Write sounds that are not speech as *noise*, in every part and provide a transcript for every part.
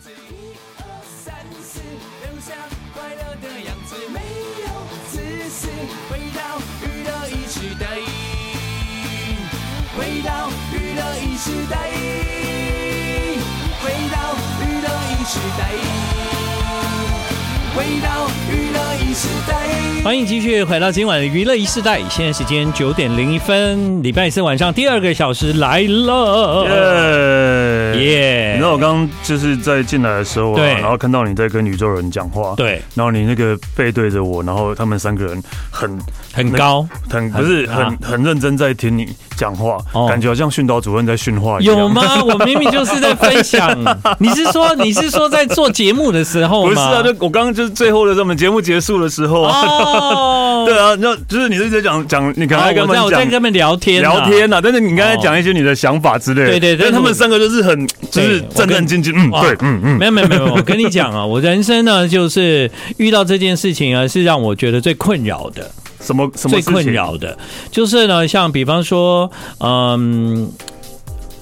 子，一二三四，留下快乐的样子，没有自私，回到娱乐一时代，回到娱乐一时代，回到娱乐一时代，回到娱乐一时代。欢迎继续回到今晚的娱乐一世代，现在时间九点零一分，礼拜四晚上第二个小时来 *laughs* 了，耶耶你知道我刚刚就是在进来的时候啊，对然后看到你在跟宇宙人讲话，，对，然后你那个背对着我，然后他们三个人很很高，很不是啊很很认真在听你讲话，哦感觉好像训导主任在训话一样。有？吗？我明明就是在分享，你是说你是说在做节目的时候吗？ *laughs* 不是啊，就我刚刚就是最后的时候，我们节目结束的时候啊，哦， *laughs* 对啊，那就是你是在讲讲，你刚哦，才跟我他在们我在讲跟他们聊天啊哦聊天呐、但是你刚才讲一些你的想法之类的，对对对但他们三个就是很就是对我战跟战兢兢，嗯，哇对，嗯嗯，没有没有没有，我跟你讲啊，我人生呢，就是遇到这件事情啊，是让我觉得最困扰的，什么什么最事情困扰的，就是呢，像比方说，嗯。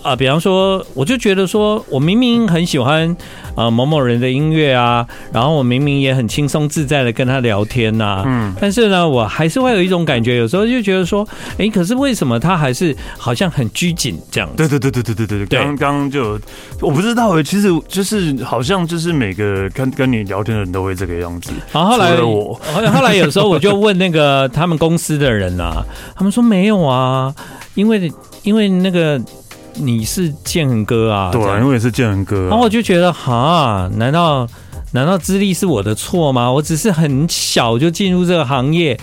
啊，比方说，我就觉得说，我明明很喜欢呃某某人的音乐啊，然后我明明也很轻松自在的跟他聊天呐、嗯，但是呢，我还是会有一种感觉，有时候就觉得说，诶，可是为什么他还是好像很拘谨这样子？对对对对对对对对，对刚刚就有我不知道诶，其实就是好像就是每个跟跟你聊天的人都会这个样子，然后后来除了我后后来有时候我就问那个他们公司的人啊，他们说没有啊，因为因为那个你是建恒哥啊，对这啊，样因为也是建恒哥啊、然后我就觉得哈，难道难道资历是我的错吗？我只是很小就进入这个行业，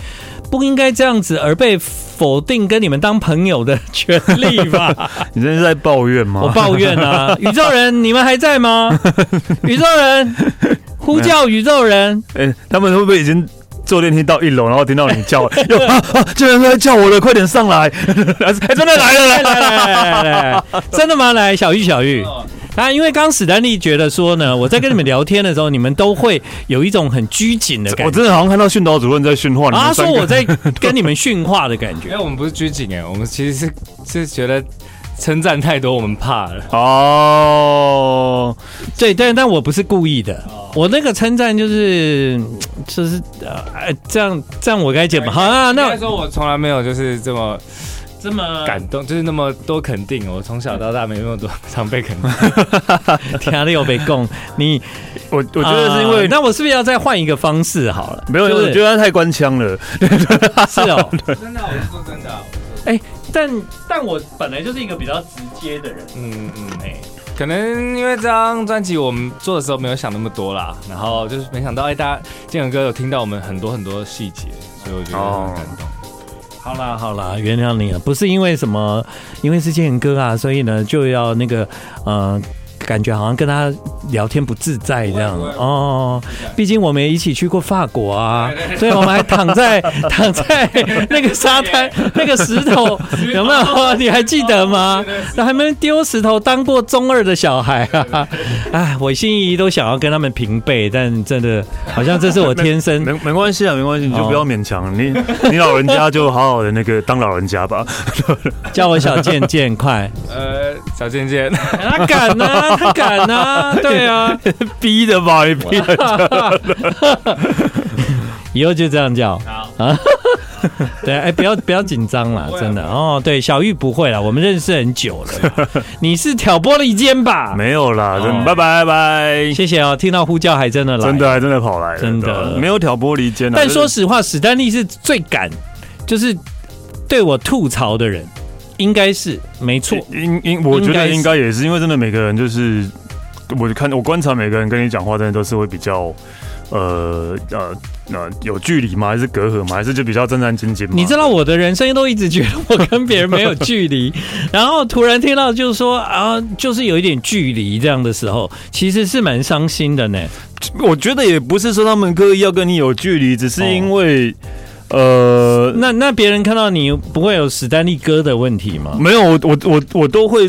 不应该这样子而被否定跟你们当朋友的权利 *laughs* 吧？你真的是在抱怨吗？我抱怨啊，宇宙人，你们还在吗？宇宙人，呼叫宇宙 *laughs* 人。哎、他们会不会已经？坐电梯到一楼，然后听到你叫， *laughs* 又啊啊！建恒哥在叫我了，快点上来！还哎真的来了，来来来来来来，真的吗？来，小玉，小玉。啊，因为刚史丹利觉得说呢，我在跟你们聊天的时候，你们都会有一种很拘谨的我感觉，真的好像看到训导主任哦在训话。你然后他们三说个我在 *laughs* 跟你们训话的感因觉为。我们不是拘谨哎，我们其实是是觉得称赞太多，我们怕了。哦，对，但但我不是故意的，我那个称赞就是嗯就是呃，哎这样这样我该怎么好啊？应那该说我从来没有就是这么这么感动，就是那么多肯定。我从小到大没有那么多常被 *laughs* 肯定。 *laughs* 天的又被供 *laughs* 你，我我觉得是因为啊那我是不是要再换一个方式好了？没有，就我是觉得他太官腔了。是 *laughs* 哦，真的，我是说真的。但但我本来就是一个比较直接的人。嗯嗯，哎、可能因为这张专辑我们做的时候没有想那么多啦，然后就是没想到哎、大家建勇哥有听到我们很多很多细节，所以我觉得很感动。好啦好啦，原谅你了，不是因为什么，因为是健哥啊，所以呢就要那个呃。感觉好像跟他聊天不自在这样不会不会哦自在，毕竟我们也一起去过法国啊，所以我们还躺在躺在那个沙滩那个石头，有没有？你还记得吗？那还没丢石头当过中二的小孩啊！哎，我心仪都想要跟他们平辈，但真的好像这是我天生没没关系啊，没关系，你就不要勉强、你， *laughs* 你老人家就好好的那个当老人家吧。叫我小健健快。呃，小健健，他敢 *laughs* 啊，他敢啊，对啊，逼的吧，你逼的。以后就这样叫。啊， *laughs* 对，哎，不要不要紧张啦，真的哦。对，小玉不会啦，我们认识很久了。 *laughs* 你是挑拨离间吧？没有啦，真、哦拜拜拜。谢谢哦，听到呼叫还真的来。真的，还真的跑来了，真的对啊没有挑拨离间啊。但说就是实话，史丹利是最敢，就是对我吐槽的人，应该是没错。应应，我觉应该得是应该也是，因为真的每个人就是，我看我观察每个人跟你讲话，真的都是会比较，呃呃呃，有距离吗？还是隔阂吗？还是就比较战战兢兢吗？你知道我的人生都一直觉得我跟别人没有距 *laughs* 离，然后突然听到就是说啊，就是有一点距离这样的时候，其实是蛮伤心的呢。我觉得也不是说他们刻意要跟你有距离，只是因为，呃，那那别人看到你不会有史丹利哥的问题吗？没有，我我我我都会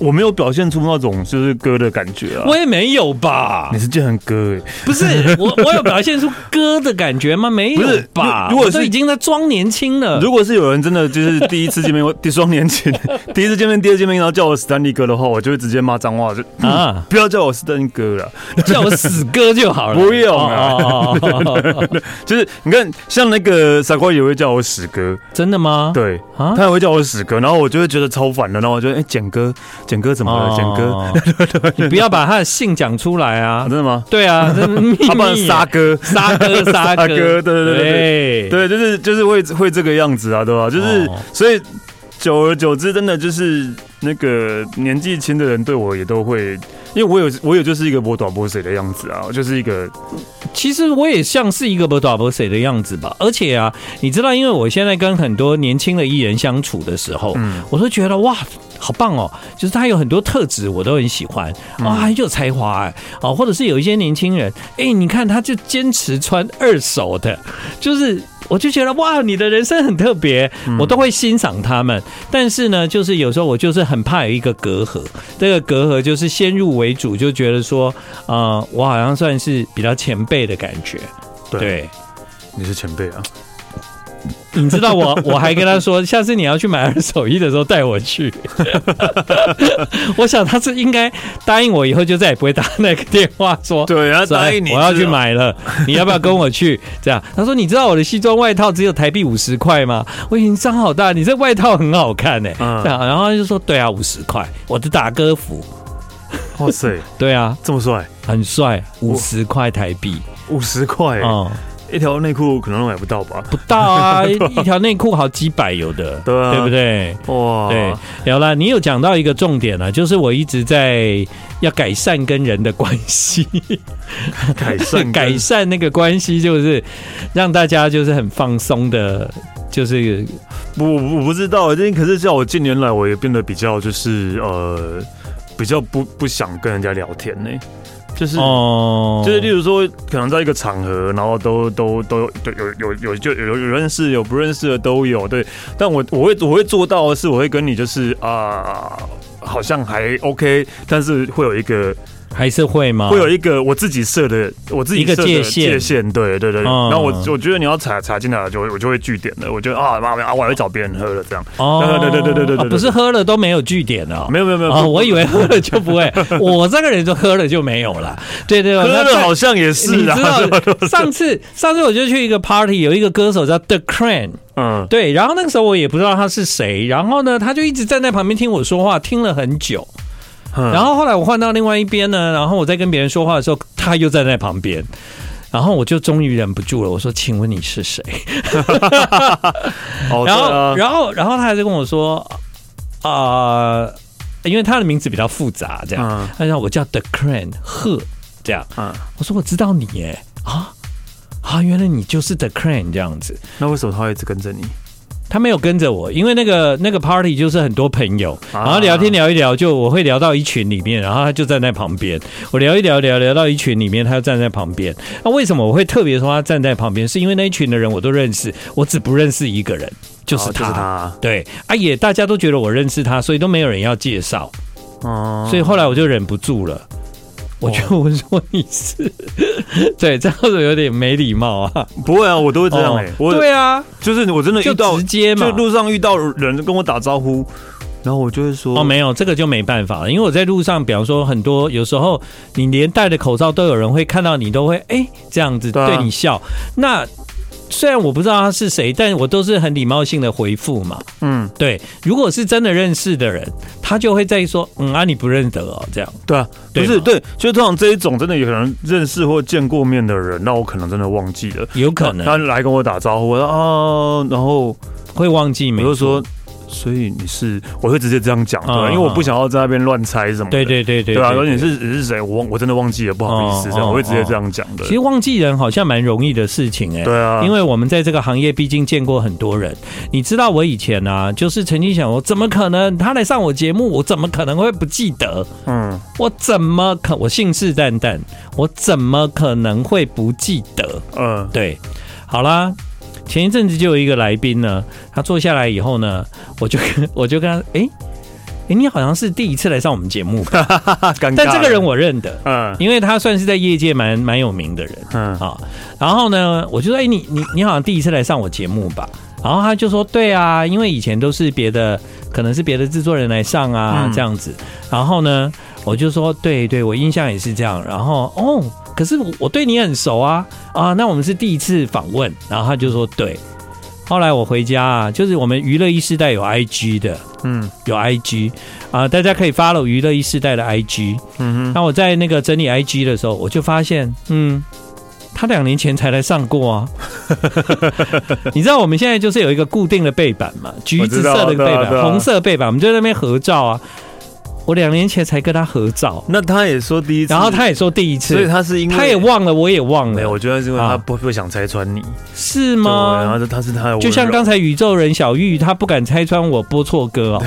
我没有表现出那种就是歌的感觉啊。我也没有 *laughs* 吧你，是建恒哥哎、不是我，我有表现出歌的感觉吗？没有不是吧？如如果我都是已经在装年轻 *laughs* 了，如果是有人真的就是第一次见面， *laughs* 我第双年前第一次见面、第二次见面，然后叫我史丹利哥的话，我就会直接骂脏话，就、啊不要叫我史丹利哥了。叫我死歌就好了，不用啊哦哦哦 *laughs* 哦哦就是你看，像那个傻瓜也会叫我史哥，真的吗？对。啊他也会叫我史哥，然后我就会觉得超烦的，然后我就哎、简哥，简哥怎么哦了？简哥、哥，哦你不要把他的姓讲出来啊啊真！的吗？对啊， *laughs* 这秘他不然密沙哥，沙 *laughs* 哥沙沙哥，哥对对对对对，就是就是会会这个样子啊，对吧？就是、哦所以久而久之，真的就是那个年纪轻的人对我也都会，因为我有我有就是一个波短波水的样子啊，我就是一个其实我也像是一个不打不谁的样子吧，而且啊，你知道，因为我现在跟很多年轻的艺人相处的时候，嗯我都觉得哇，好棒哦！就是他有很多特质，我都很喜欢啊，很有才华哎、哦，或者是有一些年轻人，哎、你看他就坚持穿二手的，就是我就觉得哇，你的人生很特别，我都会欣赏他们。但是呢，就是有时候我就是很怕有一个隔阂，这个隔阂就是先入为主，就觉得说，呃，我好像算是比较前辈的感觉，对对你是前辈啊，你知道 *laughs* 我，我还跟他说，下次你要去买二手衣的时候带我 *laughs* 去。我想他是应该答应我以后就再也不会打那个电话说。对，然后说哎答应你我要去是啊，买了，你要不要跟我去？这样，他说：“你知道我的西装外套只有台币五十块吗？我眼睛张好大，你这外套很好看呢、嗯这样，然后他就说：“对啊，五十块，我的打歌服。哇塞，”对啊，这么帅，很帅，五十块台币五十块欸，哦、一条内裤可能都买不到吧？不到啊， *laughs* 一一条内裤好几百有的，对啊对不对？哇，对，有了，你有讲到一个重点啊，就是我一直在要改善跟人的关系，改善 *laughs* 跟改善那个关系，就是让大家就是很放松的，就是我我我不知道，因为可是像我近年来，我也变得比较就是呃，比较不不想跟人家聊天呢、就是、哦，就是，例如说，可能在一个场合，然后都都都对有有有就有有认识有不认识的都有，对。但我我会我会做到的是，我会跟你就是啊、好像还 OK，但是会有一个还是会吗？会有一个我自己设的，我自己啊一个设的界限界限，对对对。嗯然后我我觉得你要踩踩进来，我就会我就会据点了，我觉得啊妈啊，我要去找别人喝了这样。哦，对对对对对对对哦不是喝了都没有据点哦。没有没有没有，哦，不我以为喝了就不会，我这个人就喝了就没有了。对对，对喝那了好像也是你 *laughs* 啊知，道，上次上次我就去一个 party，有一个歌手叫 The Crane，嗯，对，然后那个时候我也不知道他是谁，然后呢，他就一直站在旁边听我说话，听了很久。然然后后来我换到另外一边呢，然后我在跟别人说话的时候，他又站在旁边，然后我就终于忍不住了，我说：“请问你是谁？”后然后，然后，然后他还在跟我说：“啊、因为他的名字比较复杂，这样，嗯他说我叫 The Crane 贺，这样，嗯，我说我知道你耶，啊啊，原来你就是 The Crane 这样子。”那为什么他会一直跟着你？他没有跟着我，因为那个那个 party 就是很多朋友，啊然后聊天聊一聊，就我会聊到一群里面，然后他就站在旁边，我聊一聊聊聊到一群里面，他就站在旁边。那为什么我会特别说他站在旁边？是因为那一群的人我都认识，我只不认识一个人，就是哦他。他，对啊，也大家都觉得我认识他，所以都没有人要介绍，嗯，所以后来我就忍不住了。哦我就问说 *laughs* 你是，对，这样子有点没礼貌啊。不会啊，我都会这样哎哦，我对啊，就是我真的就遇到直，接嘛，就路上遇到人跟我打招呼，然后我就会说哦，，没有，这个就没办法了，因为我在路上，比方说很多，有时候你连戴着口罩都有人会看到你，都会哎、这样子对啊对你笑。那虽然我不知道他是谁，但我都是很礼貌性的回复嘛。嗯，对，如果是真的认识的人，他就会在意说，嗯啊，你不认得哦，这样。对啊，不对是嘛对，就是通常这一种真的有可能认识或见过面的人，那我可能真的忘记了，有可能他来跟我打招呼，我说啊，然后会忘记，没我就说错，，所以你是，我会直接这样讲，对吧，嗯因为我不想要在那边乱猜什么的，对对对对对啊，而且是你是谁，我忘我真的忘记了，不好意思，哦这样哦我会直接这样讲的其。实忘记人好像蛮容易的事情哎、对啊，因为我们在这个行业毕竟见过很多人，你知道我以前啊，就是曾经想过，怎么可能他来上我节目，我怎么可能会不记得？嗯，我怎么可我信誓旦旦，我怎么可能会不记得？呃，对，好啦，前一阵子就有一个来宾呢，他坐下来以后呢，我就跟我就跟他，诶，诶你好像是第一次来上我们节 *laughs* 目，哈尴尬。但这个人，我认得，嗯因为他算是在业界蛮蛮有名的人。嗯，好，然后呢，我就说，哎、你你你好像第一次来上我节目吧？然后他就说，对啊，因为以前都是别的，可能是别的制作人来上啊，嗯这样子。然后呢，我就说，对对，我印象也是这样。然后哦，可是我我对你很熟啊啊，那我们是第一次访问。然后他就说，对。后来我回家啊，就是我们娱乐一世代有 IG 的，嗯有 IG 啊、大家可以 follow 娱乐一世代的 IG。嗯哼，那我在那个整理 IG 的时候，我就发现，嗯，他两年前才来上过 *laughs* 啊。你知道我们现在就是有一个固定的背板嘛，橘子色的我知道背对啊对板，啊红色背板，我们就在那边合照啊。我两年前才跟他合照，那他也说第一次，然后他也说第一所以次，他是因为他也忘了，我也忘没有，了，我觉得是因为啊他不不想拆穿你，是对，然吗？后他是他的温柔就像刚才宇宙人小玉，他不敢拆穿我播错歌 *laughs* 哦。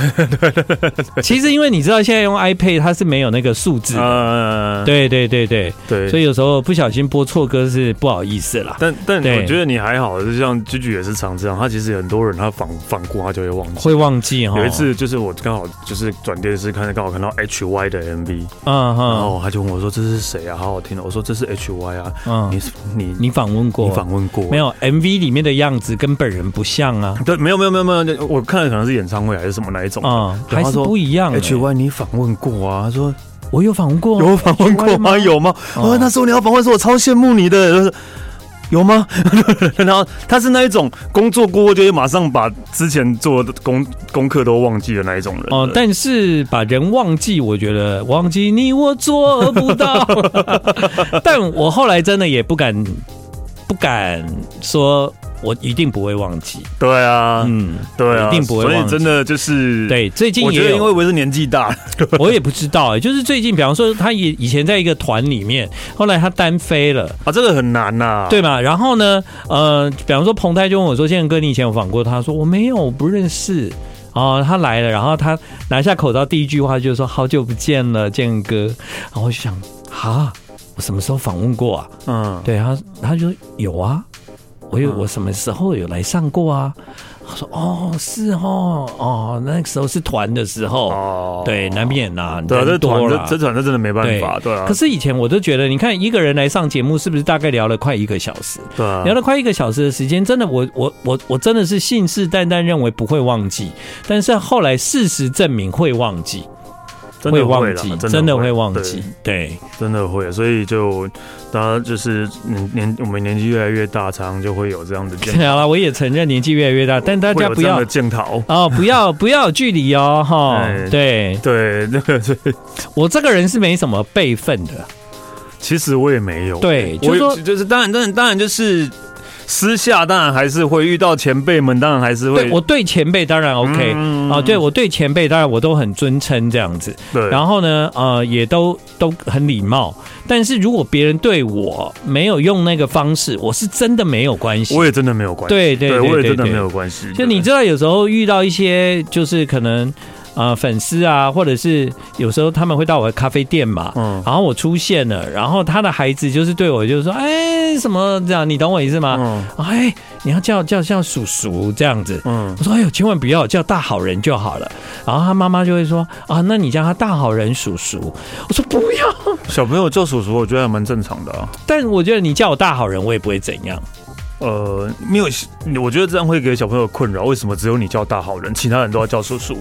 其实因为你知道，现在用 iPad 它是没有那个数字的，呃对对对对，对，啊所以有时候不小心播错歌是不好意思啦。但但对我觉得你还好，就像居居也是常这样，他其实很多人他反反过他就会忘记。会忘记哦哈。有一，次就是我刚好就是转电视看，刚好看到 H Y 的 M V，、嗯然哼，后他就问我说这是谁啊，好好听的，我说这是 H Y 啊，嗯，你你你访问过？你访问过没？有 MV 里面的样子跟本人不像啊，对，没有没有没有没有，我看的可能是演唱会还是什么那一种。啊，对还是他说不一样欸。 H Y 你访问过啊？他说我有访问过， *laughs* 啊有访问过 HY 吗？有吗？哦啊，那时候你要访问，说我超羡慕你的。就是有吗？ *laughs* 然后他是那一种工作过后就会马上把之前做的功功课都忘记的那一种人。哦，但是把人忘记，我觉得忘记你我做不 *laughs* 到。但我后来真的也不敢，不敢说我一定不会忘记。对啊，嗯，对啊，一定不会所以忘记真的就是，对，最近我觉也得因有为我是年纪大了，我也不知道、欸，就是最近，比方说他以以前在一个团里面，后来他单飞了，啊，这个很难呐、对嘛？然后呢，呃，比方说彭泰就问我说：“宪哥，你以前有访过他？”说：“我没有，我不认识。”哦，他来了，然后他拿下口罩，第一句话就是说：“好久不见了，建哥。”然后我就想，哈，我什么时候访问过啊？嗯，对，他他就说有啊，我有、我什么时候有来上过啊？他说：“哦，是哦，哦，那个时候是团的时候。哦对，难免呐、对啊，人这团多这啦这团这真的没办法，对啊可，是以前我都觉得，你看一个人来上节目，是不是大概聊了快一个小时？对啊，聊了快一个小时的时间，真的我，我我我真的是信誓旦旦认为不会忘记，但是后来事实证明会忘记，真的忘啦记，真真的的会忘记，，对，对真的会，所以就大家就是年年我们年纪越来越大，常常就会有这样的见，好了，我也承认年纪越来越大，但 *laughs* 大会家有不这样要的。检讨。哦，不要不要有距离哦，哈哎，对对，那个所以我这个人是没什么辈分的，其实我也没有，对我就是说也就是当然，当然，当然就是私下，当然还是会遇到前辈们，当然还是会对我对前辈当然 OK，嗯啊，对我对前辈当然我都很尊称这样子，对，然后呢，呃，也都都很礼貌。但是如果别人对我没有用那个方式，我是真的没有关系。我也真的没有关系，对对对我也真的对对没有关系。就你知道，有时候遇到一些就是可能呃粉丝啊，或者是有时候他们会到我的咖啡店嘛，嗯然后我出现了，然后他的孩子就是对我就是说，哎，什么这样，你懂我意思吗？嗯哎，你要叫叫叫叔叔这样子。嗯我说：“哎呦，千万不要叫大好人就好了。”然后他妈妈就会说：“啊，那你叫他大好人叔叔。”我说：“不要。”小朋友叫叔叔，我觉得还蛮正常的啊。但我觉得你叫我大好人，我也不会怎样。呃，没有，我觉得这样会给小朋友困扰。为什么只有你叫大好人，其他人都要叫叔叔？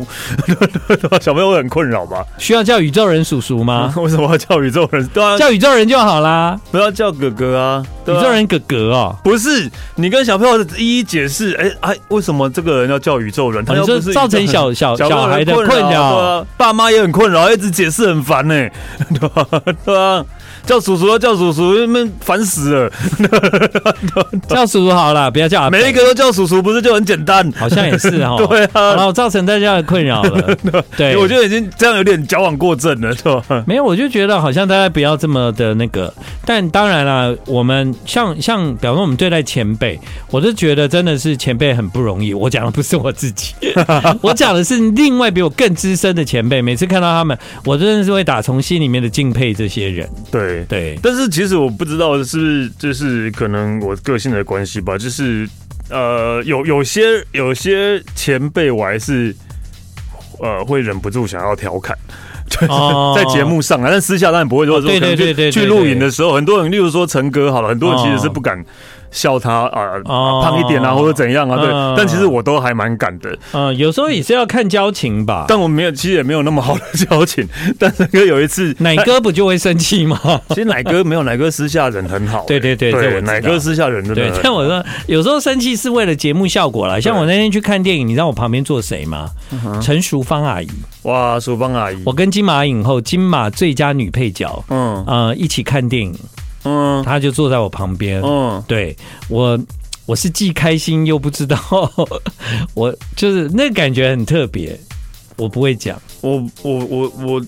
*laughs* 小朋友会很困扰吧？需要叫宇宙人叔叔吗？ *laughs* 为什么要啊叫宇宙人？对啊，叫宇宙人就好啦，不要叫哥哥啊！对啊宇宙人哥哥哦。不是你跟小朋友一一解释，哎、哎、为什么这个人要叫宇宙人？哦他你又说不是造成小小 *laughs* 小朋友小孩的困对扰，啊爸妈也很困扰，一直解释很烦呢、 *laughs* 对吧、对啊，叫叔叔要叫叔叔，那边烦死了。叫叔叔好了，不要叫阿伯每一个都叫叔叔，不是就很简单？好像也是哈。 *laughs* 对好了，啊，我造成大家的困扰 *laughs* 了。对，我觉得已经这样有点矫枉过正了，*laughs* 是吧？没有，我就觉得好像大家不要这么的那个。但当然啦，我们像像，比方说我们对待前辈，我就觉得真的是前辈很不容易。我讲的不是我自 *laughs* 己，我讲的是另外比我更资深的前辈。每次看到他们，我真的是会打从心里面的敬佩这些人。对。对，但是其实我不知道是不是就是可能我个性的关系吧，就是呃有有些有些前辈我还是呃会忍不住想要调侃。 *laughs* 哦在节目上啊，但私下当然不会说。哦对对对对对去录影的时候，很多人，例如说陈哥好了，很多人其实是不敢笑他啊，哦胖一点啊，或者怎样啊，对嗯。但其实我都还蛮敢的，嗯，有时候也是要看交情 *laughs* 吧。但我没有，其实也没有那么好的交情。 *laughs* 但陈哥有一次，奶他哥不就会生气 *laughs* 吗？其实奶哥没有，奶哥私下人很好。对对对这我知道奶哥私下人真的对很，好。但我说有时候生气是为了节目效果啦。像对嗯我那天去看电影，你知道我旁边坐谁吗？陈淑芳阿姨，哇，淑芳阿姨，我跟金马影后金马最佳女配角，嗯呃，一起看电影，嗯她就坐在我旁边。嗯，对我，我是既开心又不知道， *laughs* 我就是那个感觉很特别。我不会讲，我我我我。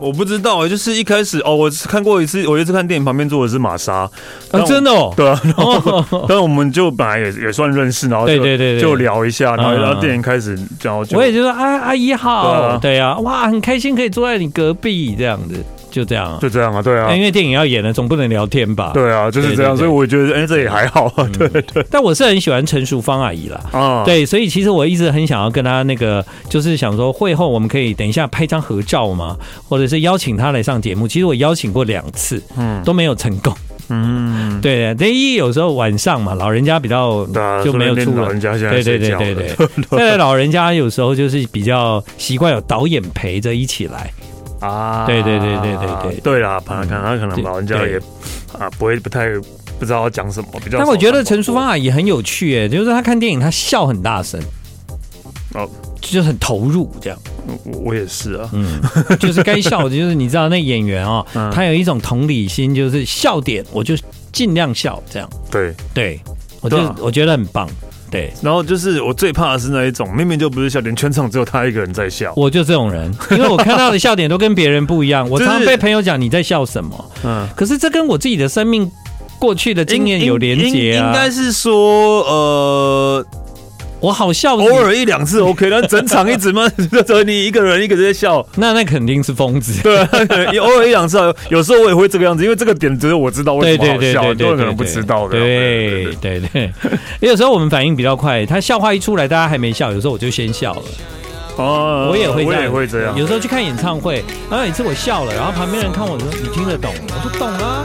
我不知道，就是一开始哦，我是看过一次，我有一次看电影旁边坐的是玛莎，但啊，我真的 *laughs* 哦，对啊，然后哦 *laughs* 但我们就本来也也算认识，然后就对对对对就聊一下，然后嗯然后电影开始，然后就我也就说啊，阿姨对好，啊对啊，哇，很开心可以坐在你隔壁这样子，就这样啊。就这样啊，对啊那，因为电影要演了，总不能聊天吧？。对啊，就是这对对样，对所以我觉得哎，这也还好啊，对但我是很喜欢陈淑芳阿姨啦。嗯啊，对，所以其实我一直很想要跟她那个，就是想说会后我们可以等一下拍张合照嘛，或者是邀请她来上节目。其实我邀请过两次，嗯都没有成功。嗯，对，但一有时候晚上嘛，老人家比较对啊，就没有顺便出老来人。家现在对对睡对觉对了， *laughs* 对，再来老人家有时候就是比较习惯有导演陪着一起来，啊，对对对对对对对啦，反正可能可能对老人家对也啊不会不太不知道要讲什么，比较少看广播。但我觉得陈淑芳阿姨很有趣、诶，就是她看电影她笑很大声，哦，就是很投入这样，我我也是啊，嗯， *laughs* 就是该笑的，就是你知道那演员哦，嗯他有一种同理心，就是笑点我就尽量笑这样，对，对我就、对啊我觉得很棒，对然后就是我最怕的是那一种，明明就不是笑点，全场只有他一个人在笑，我就这种人， *laughs* 因为我看到的笑点都跟别人不一样，我常常 *laughs* 就是被朋友讲你在笑什么，嗯。可是这跟我自己的生命过去的经验有连结应应应啊该，是说呃，我好笑偶尔一两次 OK，但整场一直 *laughs* 嘛，只有你一个人一个人在 *laughs* 笑。那那肯定是疯子。对，偶尔一两次，有时候我也会这个样子，因为这个点只有我知道为对什对么好对笑，对很对，多人可能不知道的。对对对， *laughs* 有时候我们反应比较快，他笑话一出来，大家还没笑，有时候我就先笑了。哦我也会，我也会这样。有时候去看演唱会，哎然后有一次我笑了，然后旁边人看我说：“你听得懂？”我说：“懂啊。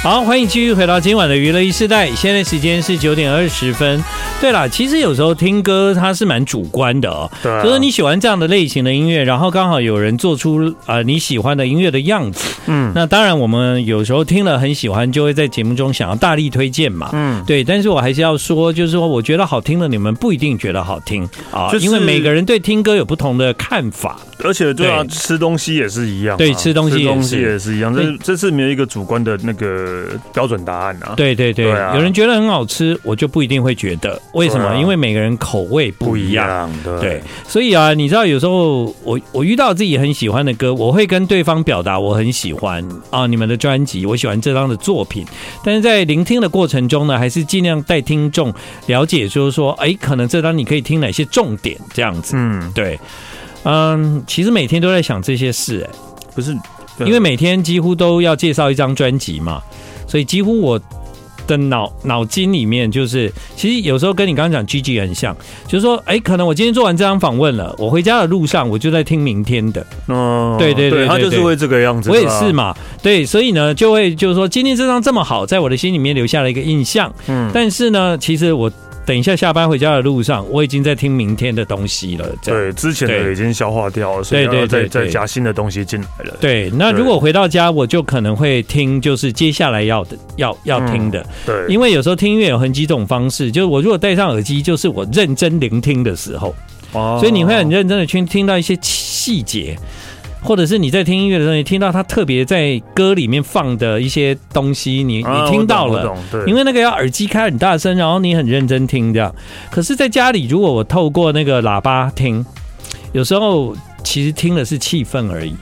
好，欢迎继续回到今晚的娱乐一世代，现在时间是九点二十分。对啦，其实有时候听歌它是蛮主观的哦，对啊就是你喜欢这样的类型的音乐，然后刚好有人做出啊你喜欢的音乐的样子，嗯那当然我们有时候听了很喜欢，就会在节目中想要大力推荐嘛。嗯，对，但是我还是要说，就是说，我觉得好听的，你们不一定觉得好听啊，就是因为每个人对听歌有不同的看法。而且对啊，对吃东西也是一样啊，对吃东西也是吃东西也是一样，这对这是没有一个主观的那个标准答案啊。对对对，对啊有人觉得很好吃，我就不一定会觉得，为什么？对啊因为每个人口味不一样。，对对，所以啊，你知道有时候我我遇到自己很喜欢的歌，我会跟对方表达我很喜欢啊你们的专辑，我喜欢这张的作品。但是在聆听的过程中呢，还是尽量带听众了解，就是说，哎，可能这张你可以听哪些重点这样子。嗯，对，嗯，其实每天都在想这些事、哎不是，对因为每天几乎都要介绍一张专辑嘛，所以几乎我的脑脑筋里面就是，其实有时候跟你刚刚讲 G G 很像，就是说，哎、可能我今天做完这张访问了，我回家的路上我就在听明天的，嗯，对对对对他就是对会这个样子。我也对啊是，嘛，对，所以呢，就会就是说，今天这张这么好，在我的心里面留下了一个印象，嗯，但是呢，其实我等一下下班回家的路上，我已经在听明天的东西了，这样。对，之前的对已经消化掉了，所以对对要再对再对加新的东西进来了。对，那对如果回到家，我就可能会听，就是接下来要的、要要嗯听的，对，因为有时候听音乐有很几种方式，就是我如果戴上耳机，就是我认真聆听的时候，哦所以你会很认真的去听到一些细节，或者是你在听音乐的时候，你听到他特别在歌里面放的一些东西，你啊你听到我了。懂我懂对，因为那个要耳机开很大声，然后你很认真听这样。可是，在家里如果我透过那个喇叭听，有时候其实听的是气氛而已。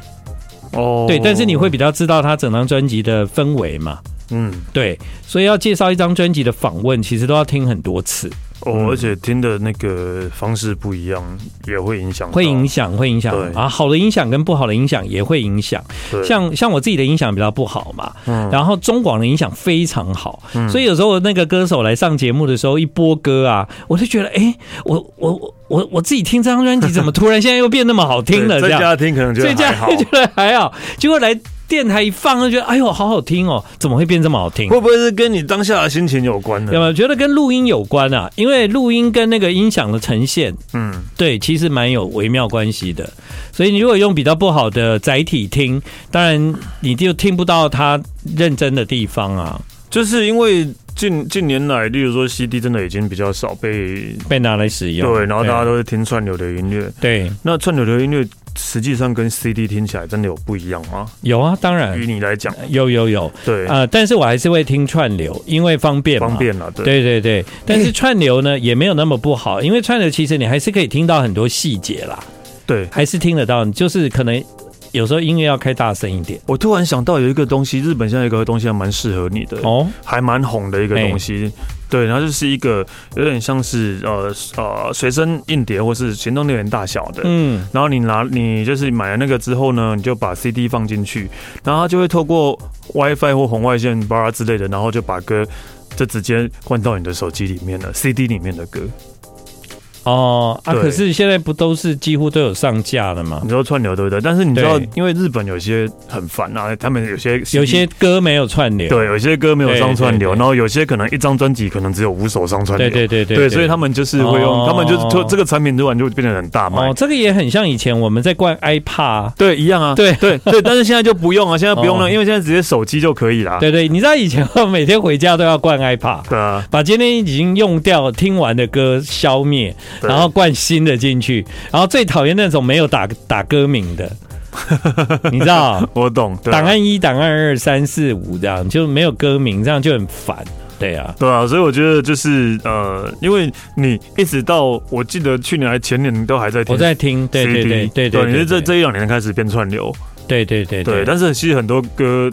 哦对，但是你会比较知道他整张专辑的氛围嘛。嗯对，所以要介绍一张专辑的访问，其实都要听很多次。哦，而且听的那个方式不一样，也会影响到，会影响，会影响对啊，好的影响跟不好的影响也会影响。对像像我自己的影响比较不好嘛，嗯然后中广的影响非常好，所以有时候那个歌手来上节目的时候，一播歌啊，我就觉得，哎、我我我我我自己听这张专辑，怎么突然现在又变那么好听了？ *laughs* 对这在样，家听可能觉所以得这还样好。 *laughs* 嗯就觉得还好，结果来电台一放，就觉得，哎呦，好好听哦，怎么会变这么好听？会不会是跟你当下的心情有关有的？没有觉得跟录音有关啊？因为录音跟那个音响的呈现，嗯，对，其实蛮有微妙关系的。所以你如果用比较不好的载体听，当然你就听不到他认真的地方啊，就是因为近近年来，例如说 CD 真的已经比较少被被拿来使用。对，然后大家都是听串流的音乐。对那串流的音乐实际上跟 CD 听起来真的有不一样吗？有啊，当然与你来讲，有有有对，啊、呃但是我还是会听串流，因为方便嘛方。便了，对，对对对，但是串流呢也没有那么不好，因为串流其实你还是可以听到很多细节啦，对。还是听得到，就是可能有时候音乐要开大声一点我突然想到有一个东西，日本现在有一个东西还蛮适合你的，哦。还蛮红的一个东西。对，它就是一个有点像是呃呃随身硬碟或是行动电源大小的，嗯，然后你拿你就是买了那个之后呢，你就把 CD 放进去，然后它就会透过 WiFi 或红外线巴拉之类的，然后就把歌就直接换到你的手机里面了，CD 里面的歌。哦啊，对可是现在不都是几乎都有上架了吗你？知道串流对不对？但是你知道对，因为日本有些很烦啊，他们有些 CD 有些歌没有串流，对，有些歌没有上串对对流，对然后有些可能一张专辑可能只有五首上串流。对对对对对，所以他们就是会用，哦他们就是这个产品突然就会变得很大卖哦，。这个也很像以前我们在灌 iPad，对，一样啊。对对对，但是现在就不用啊，现在不用哦了，因为现在直接手机就可以啦。对对，你知道以前我每天回家都要灌 iPad。对啊，把今天已经用掉、听完的歌消灭，对然后灌新的进去，然后最讨厌那种没有打打歌名 *laughs* 的，你知道，我懂。对啊档案一、档案二、三四五这样就没有歌名，这样就很烦。对啊，对啊，所以我觉得就是呃，因为你一直到我记得去年还前年你都还在听我 CD。在听，对对对对对，对，你是这对这一两年开始变串流，对对对对，但是其实很多歌，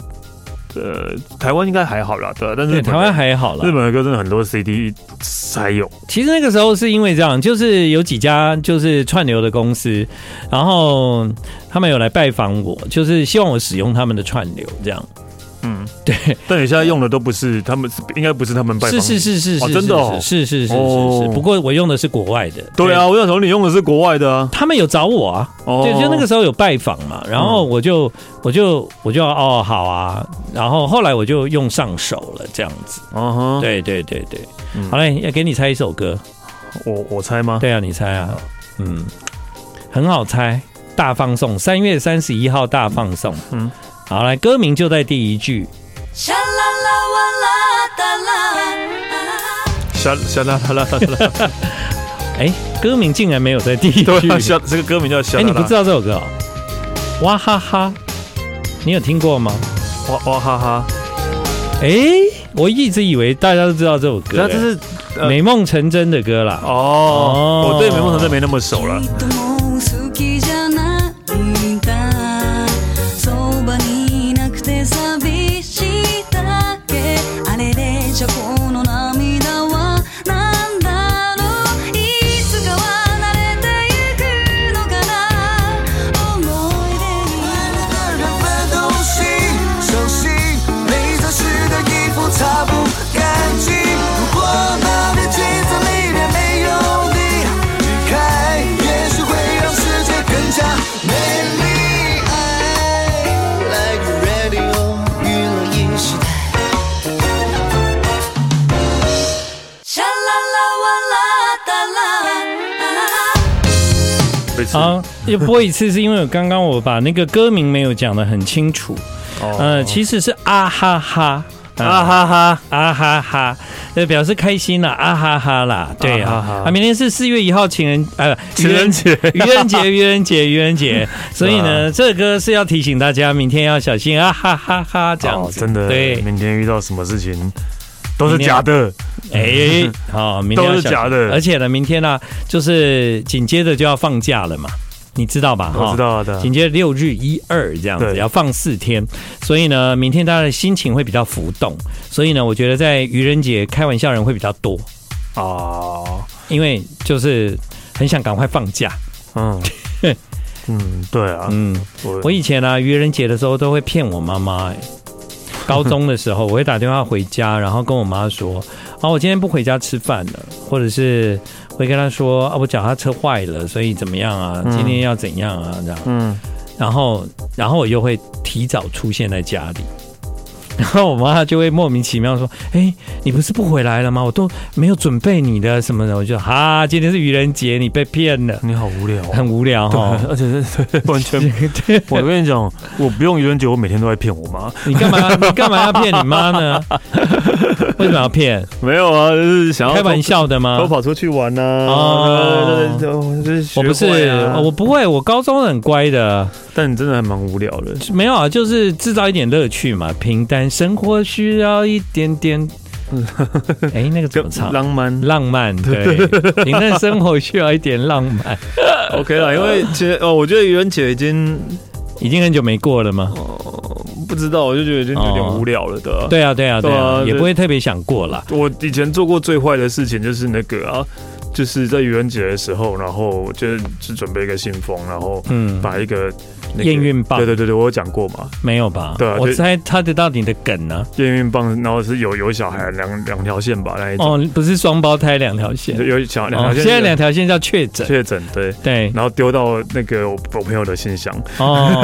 呃，台湾应该还好啦，对啊，但是对台湾还好日了。本的歌真的很多 CD 才有，其实那个时候是因为这样，就是有几家就是串流的公司，然后他们有来拜访我，就是希望我使用他们的串流这样。 *laughs* 嗯，对，但你现在用的都不是他们，应该不是他们拜访是你，是是是哦是，真的哦是是是是是哦是。不过我用的是国外的。对啊，，我想说你用的是国外的啊，他们有找我啊，哦对，就那个时候有拜访嘛，然后我就我就我就哦好啊，然后后来我就用上手了这样子。嗯哼，对对对对，嗯好嘞，要给你猜一首歌。我我猜 *laughs* 吗？对啊，你猜啊，嗯，很好猜，大放送，三月三十一号大放送，嗯嗯，好来，歌名就在第一句，沙啦啦哇啦哒啦，下下啦啦啦啦啦， *laughs* 哎、歌名竟然没有在第一句， *laughs* 对啊，下这个歌名叫下哎、啦啦，你不知道这首歌、哦？哇哈哈，你有听过吗？哇哇哈哈，哎、我一直以为大家都知道这首歌、那这是哎呃美梦成真的歌啦。哦，哦我对美梦成真没那么熟了き。っともう好きじゃないんだ。そばにいなくて寂しいだけ。あれれじゃこの涙はなんだろう。いつかは慣れてゆくのかな。思い出に。翻东西，手心没擦拭的衣服擦不干净。如果那面镜子里面没有你，离开也许会让世界更加美丽。I like radio 娱乐一时代。沙啦啦哇啦哒啦。每次啊，要播一次是因为我刚刚我把那个歌名没有讲得很清楚，哦呃，其实是啊哈哈。啊哈哈，啊哈哈，呃，表示开心啦，啊哈哈啦，对啊啊哈，哈啊，明天是四月一号情人，呃，情人节哦愚人节，愚人节，愚人节，所以呢，这个歌是要提醒大家明天要小心啊哈哈哈，这样哦子，真的，对，明天遇到什么事情都是假的， *laughs* 哎，好，明天要都是小假的而且呢，明天呢，就是紧接着就要放假了嘛，你知道吧？我知道的紧。接着六日一二这样子对要放四天，所以呢，明天大家的心情会比较浮动，所以呢，我觉得在愚人节开玩笑人会比较多。哦，因为就是很想赶快放假。嗯， *laughs* 嗯，对啊，嗯，我以前啊，愚人节的时候都会骗我妈妈、欸。高中的时候，我会打电话回家，然后跟我妈说：“啊，我今天不回家吃饭了。”或者是会跟她说：“啊，我脚踏车坏了，所以怎么样啊？今天要怎样啊？”这样。嗯，然后，然后我又会提早出现在家里， *laughs* 然后我妈就会莫名其妙说：“哎、你不是不回来了吗？我都没有准备你的什么的。”我就哈，今天是愚人节，你被骗了，你好无聊、哦。很无聊哈。 *laughs* 而且是完全， *laughs* 我跟你讲，我不用愚人节，我每天都在骗我妈。你干嘛？你干嘛要骗你妈 *laughs* 呢？为什么要骗？没有啊，就是想要开玩笑的吗偷，偷？跑出去玩呐、啊。哦对对对就是学我不是哦会啊，我不会，我高中很乖的，但你真的还蛮无聊的。没有啊，就是制造一点乐趣嘛。平淡生活需要一点 *laughs* 点，哎、那个怎么唱？浪漫浪 *laughs* 漫，对，平淡生活需要一点浪漫。 ，OK 啦，因为其实哦，我觉得愚人节已经已经很久没过了吗？哦不知道，我就觉得已经有点无聊了的、啊对啊，对啊，对对啊啊，对也不会特别想过啦。我以前做过最坏的事情就是那个啊，就是在愚人节的时候，然后就是只准备一个信封，然后嗯把一个那个验孕棒对对对对，我有讲过嘛，没有吧？对啊我对猜他得到你的梗啊呢、验孕棒，然后是有有小孩两两条线吧那一种，哦，不是双胞胎两条线就，有小两哦条线，现在两条线叫确诊。确诊对。对，然后丢到那个我我朋友的信箱， *laughs* *laughs* 哦，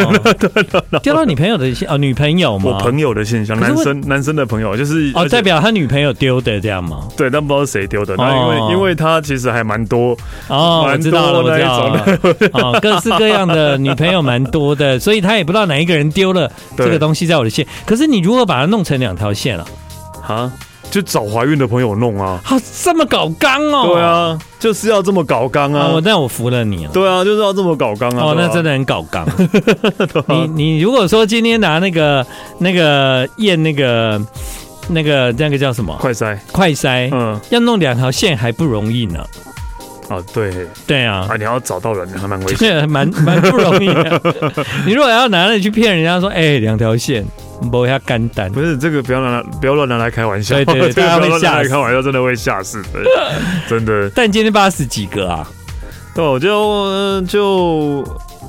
掉到你朋友的信哦，女朋友吗？我朋友的信箱，可是男我生男生的朋友，就是哦，而且代表他女朋友丢的这样吗？对，但不知道谁丢的。那因为、哦因为他其实还蛮多，哦，我蛮知道了，我多那知一道了。哦，各式各样的女朋友蛮多的， *laughs* 所以他也不知道哪一个人丢了这对个东西在我的线。可是你如何把它弄成两条线啊？啊，就找怀孕的朋友弄啊。啊，这么搞刚哦？对啊，就是要这么搞刚啊。哦，我那我服了你了。对啊，就是要这么搞刚啊。哦， *laughs* 对啊啊那真的很搞 *laughs* 刚。你你如果说今天拿那个那个验那个那个那个叫什么快塞，快筛，嗯，要弄两条线还不容易呢。啊，对对啊啊，，你要找到人还蛮危险。 *laughs* 这蛮蛮不容易的。 *laughs* 你如果要拿那去骗人家说，哎、两条线，不要干单不。是这个，不要拿来，不要乱拿来开玩笑。对 *laughs* 对对这个大家会不要乱拿吓来死开玩笑，真的会吓死的，真的。但今天八十几个啊，对，我就呃就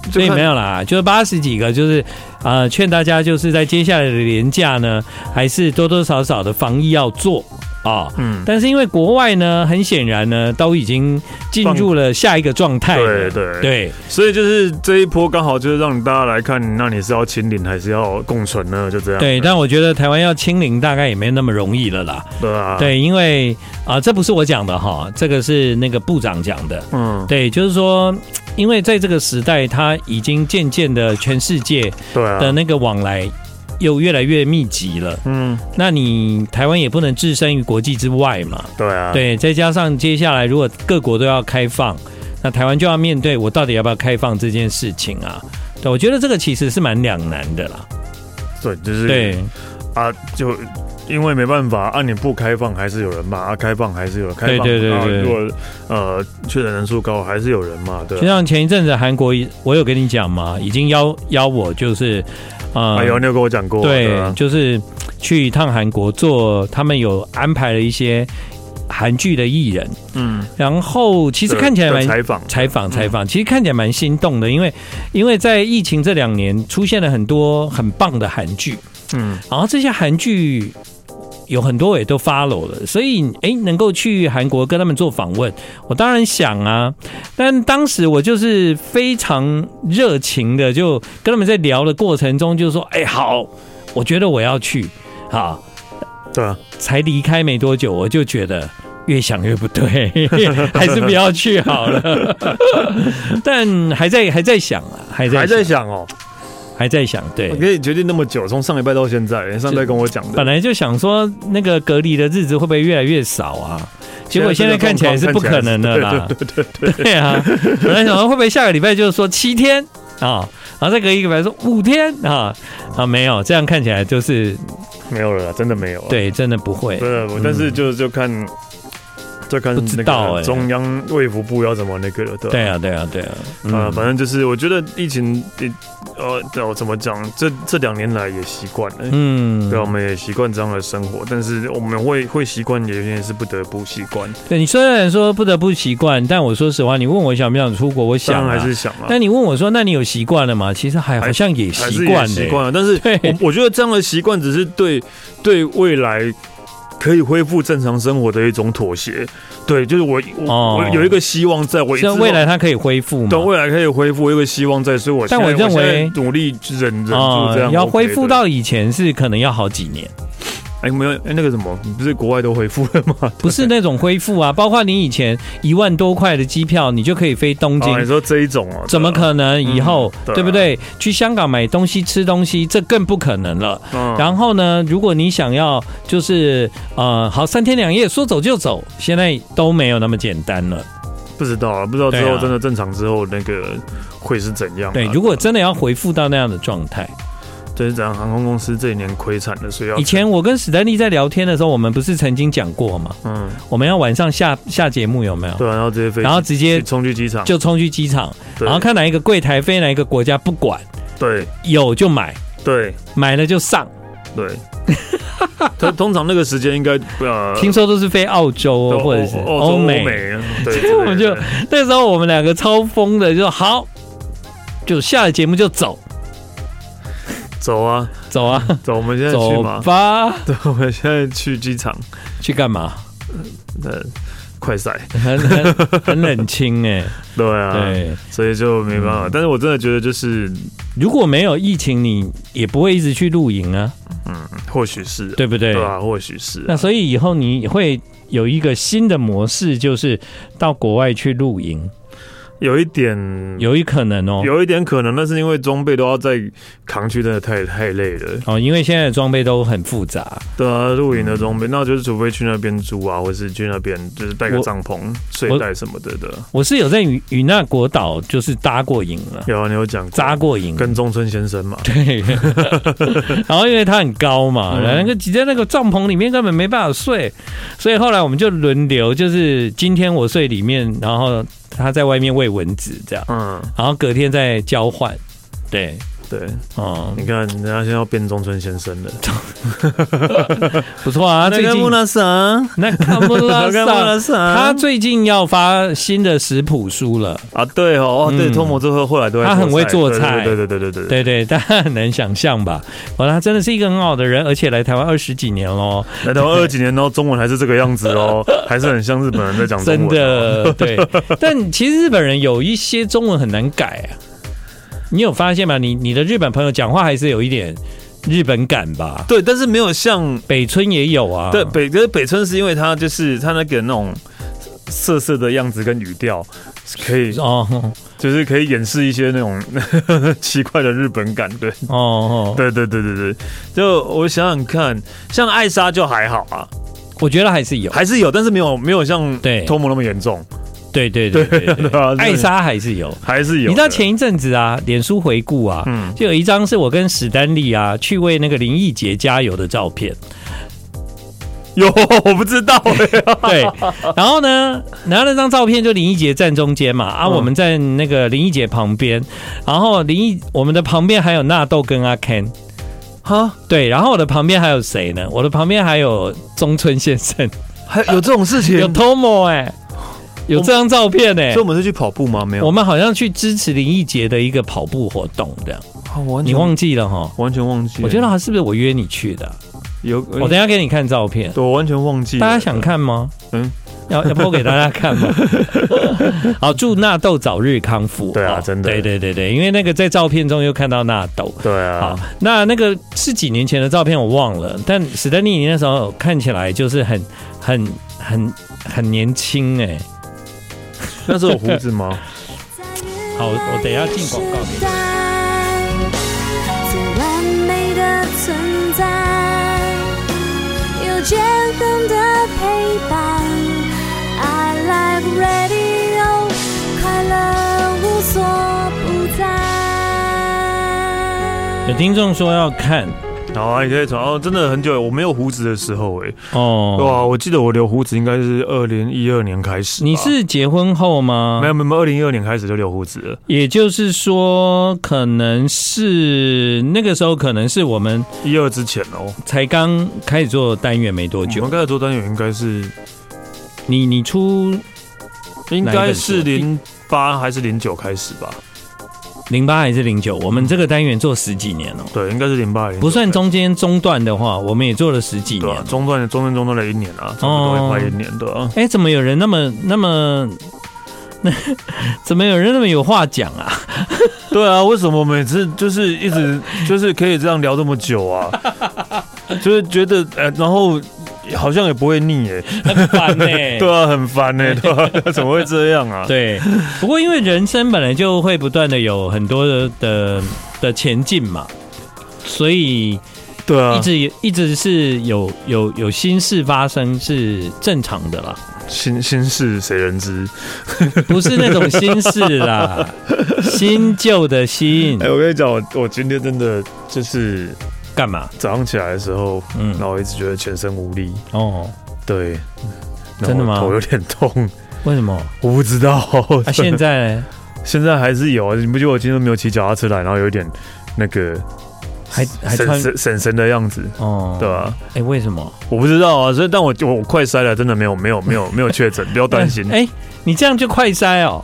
就所以看没有啦，就是八十几个，就是呃，劝大家就是在接下来的廉价呢，还是多多少少的防疫要做啊。嗯，但是因为国外呢，很显然呢，都已经进入了下一个状态了。对对哎对，所以就是这一波刚好就是让大家来看，那你是要清零还是要共存呢？就这样。对，但我觉得台湾要清零大概也没那么容易了啦。对啊，，对，因为啊、这不是我讲的哈，这个是那个部长讲的。嗯，对，就是说，因为在这个时代，它已经渐渐的全世界对啊，的那个往来又越来越密集了。嗯，那你台湾也不能置身于国际之外嘛？对啊，，对，再加上接下来如果各国都要开放，那台湾就要面对我到底要不要开放这件事情啊？对，我觉得这个其实是蛮两难的啦。对，就是对，啊，就因为没办法，啊，你不开放还是有人骂，啊，开放还是有人开放，对对对啊对如果呃确诊人数高，还是有人骂，对就啊。像前一阵子韩国，我有跟你讲嘛，已经邀邀我就是，呃哎呦，你有跟我讲过，对，啊就是去一趟韩国做，他们有安排了一些韩剧的艺人，嗯，然后其实看起来的蛮采访，采访采访，其实看起来蛮心动的，因为因为在疫情这两年出现了很多很棒的韩剧，嗯，然后这些韩剧。有很多我也都 follow 了，所以诶能够去韩国跟他们做访问，我当然想啊。但当时我就是非常热情的，就跟他们在聊的过程中，就说：“哎、好，我觉得我要去。”啊，对啊，才离开没多久，我就觉得越想越不对，还是不要去好了。 *laughs* 但还在还在想啊，还在还在想想哦，还在想，我对。可以决定那么久，从上礼拜到现在，上礼拜跟我讲的本，来就想说那个隔离的日子会不会越来越少啊？结果现现在在看起来是不可能的啦。对对对对啊！本来想说会不会下个礼拜就是说七天啊，然后再隔一个礼拜说五天啊啊没有，这样看起来就是没有了啦，真的没有，，啊对，真的不会。对，我但是就就看。这看嗯不知那道欸个中央卫福部要怎么那个了，对吧对啊，对啊，对啊，啊、反正就是我觉得疫情，疫呃，对我怎么讲，这这两年来也习惯了。嗯，对啊，我们也习惯这样的生活，但是我们会会习惯，也有点是不得不习惯。对你虽然说不得不习惯，但我说实话，你问我想不想出国，我想、当啊、然还是想啊，但你问我说，那你有习惯了吗？其实还还好像也还习是惯欸也了、习惯啊了。但是对我我觉得这样的习惯只是对对未来。可以恢复正常生活的一种妥协，对，就是我我、哦我有一个希望在，我一直像未来它可以恢复对嘛？未来可以恢复，我有一个希望在，所以我但现在我认为哦现在努力忍忍住这啊样，要 OK 恢复的到以前是可能要好几年，哎、没有哎、那个什么，你不是国外都恢复了吗？不是那种恢复啊。包括你以前一万多块的机票，你就可以飞 *laughs* 东京哦，你，说这一种哦、怎么可能？以后、对啊对不对？去香港买东西、吃东西，这更不可能了。嗯然后呢，如果你想要就是呃，好三天两夜说走就走，现在都没有那么简单了。不知道啊，不知道之对后啊真的正常之后那个会是怎样啊、对，如果真的要回复到那样的状态，对是怎样，航空公司这一年亏惨了，所以要以前我跟史丹利在聊天的时候，我们不是曾经讲过吗？嗯，我们要晚上下下节目有没有？对啊，然后直接飞，然后直接冲去机场，就冲去机场，对然后看哪一个柜台飞哪一个国家，不管对有就买，对买了就上。 *laughs* 对，他通常那个时间应该呃，听说都是飞澳洲哦都或者是欧哦欧欧美美，，啊对，之类的 *laughs* 我们就那时候我们两个超疯的，就说好，就下了节目就走走啊走啊，走，我们现在去走嘛，吧，对，我们现在去机场，去干嘛？呃，快赛，很很很冷清哎、对 *laughs* 啊，，对，嗯所以就没办法，但是我真的觉得就是如果没有疫情，你也不会一直去露营啊，或许是啊对不对？对啊，或许是啊那所以以后你会有一个新的模式，就是到国外去露营，有一点有一可能哦。嗯有一点可能，但是因为装备都要再扛去，真的太太累了。哦，因为现在的装备都很复杂，对啊，露营的装嗯备，那就是除非去那边租啊，或是去那边就是带个我帐篷、睡袋什么的啊的。我是有在与与那国岛就是搭过营了，有啊，你有讲过扎过营，跟中村先生嘛？对， *laughs* 然后因为它很高嘛，嗯然后那个挤在那个帐篷里面根本没办法睡，所以后来我们就轮流，就是今天我睡里面，然后他在外面喂蚊子这样，嗯，然后隔天再交换。对，对，哦、你看人家现在要变中村先生了。不错啊，最近那啥， *laughs* 那看不拉萨。他啥最近要发新的食谱书了，啊，对哦，哦对，嗯托摩之后后来都在他很会做菜对对对对对对。对对，大家很难想象吧？完了，他真的是一个很好的人，而且来台湾二十几年喽，来到二几年哦，中文还是这个样子 *laughs* 哦，还是很像日本人在讲中文真哦。的 *laughs* 对。但其实日本人有一些中文很难改啊，你有发现吗？你你的日本朋友讲话还是有一点日本感吧？对，但是没有像北村也有啊，对，北，可是北村是因为他就是他那个那种涩涩的样子跟语调，可以哦就是可以掩饰一些那种 *laughs* 奇怪的日本感。对，哦哦，对对对对对，就我想想看，像艾莎就还好啊，我觉得还是有，还是有，但是没有没有像对托姆那么严重，对对对对对啊对，艾莎还是有。还是有的。你知道前一阵子啊，脸书回顾啊，嗯就有一张是我跟史丹利啊去为那个林奕杰加油的照片。有 *laughs* 我不知道 *laughs* 欸对，然后呢，然后那张照片就林奕杰站中间嘛，啊，嗯我们在那个林奕杰旁边，然后林奕我们的旁边还有纳豆跟阿 Ken。哈，对，然后我的旁边还有谁呢？我的旁边还有中村先生，还有这种事情有？Tomo 哎、有这张照片哎、所以我们是去跑步吗？没有，我们好像去支持林奕杰的一个跑步活动的，啊我完你全忘记了哈？完全忘记了，我觉得是不是我约你去的啊、有我等一下给你看照片，我完全忘记了，大家想看吗？嗯嗯，要要播给大家看 *laughs* 吗？好，祝纳豆早日康复。对啊哦真的对对对对，因为那个在照片中又看到纳豆。对啊好，，那那个是几年前的照片，我忘了。但史丹利，你那时候看起来就是很、很、很、很年轻哎、那时候有胡子吗？好，我等一下进广告给你。最完美的存在，有绝等的陪伴。I like radio，快乐无所不在。有听众说要看，然后还可以从哦，真的很久，我没有胡子的时候哎、哦，对啊，我记得我留胡子应该是二零一二年开始吧。你是结婚后吗？没有没有没有，二零一二年开始就留胡子了。也就是说，可能是那个时候，可能是我们一二之前哦，才刚开始做单元没多我久们。刚才做单元应该是你你出应该是哪一零八还是零九开始吧？零八还是零九？我们这个单元做十几年哦、对，应该是零八零。不算中间中断的话，我们也做了十几对年啊，。中断中断中断了一年啊，差不多也快一年对啊。哎、怎么有人那么那么那 *laughs* 怎么有人那么有话讲啊？ *laughs* 对啊，为什么每次就是一直 *laughs* 就是可以这样聊这么久啊？ *laughs* 就是觉得呃，然后好像也不会腻哎、很烦 *laughs* 呢、对啊，很烦 *laughs* 哎、对啊， *laughs* 怎么会这样啊？对，不过因为人生本来就会不断的有很多的的的前进嘛，所以对啊一，直也一直是有有有心事发生是正常的啦，心心事谁人知？不是那种心事啦， *laughs* 新旧的新哎、我跟你讲，我我今天真的就是干嘛？早上起来的时候，嗯然后我一直觉得全身无力，哦，对，然后真的吗头有点痛， *laughs* 为什么？我不知道。 *laughs* 啊，现在呢现在还是有啊，你不觉得我今天没有骑脚踏车来，然后有一点那个还还神穿神神神的样子，哦，对啊吧、哎、为什么？我不知道啊，所以但我我我快筛了，真的没有没有没有没有确诊，不要担心。哎、你这样就快塞哦。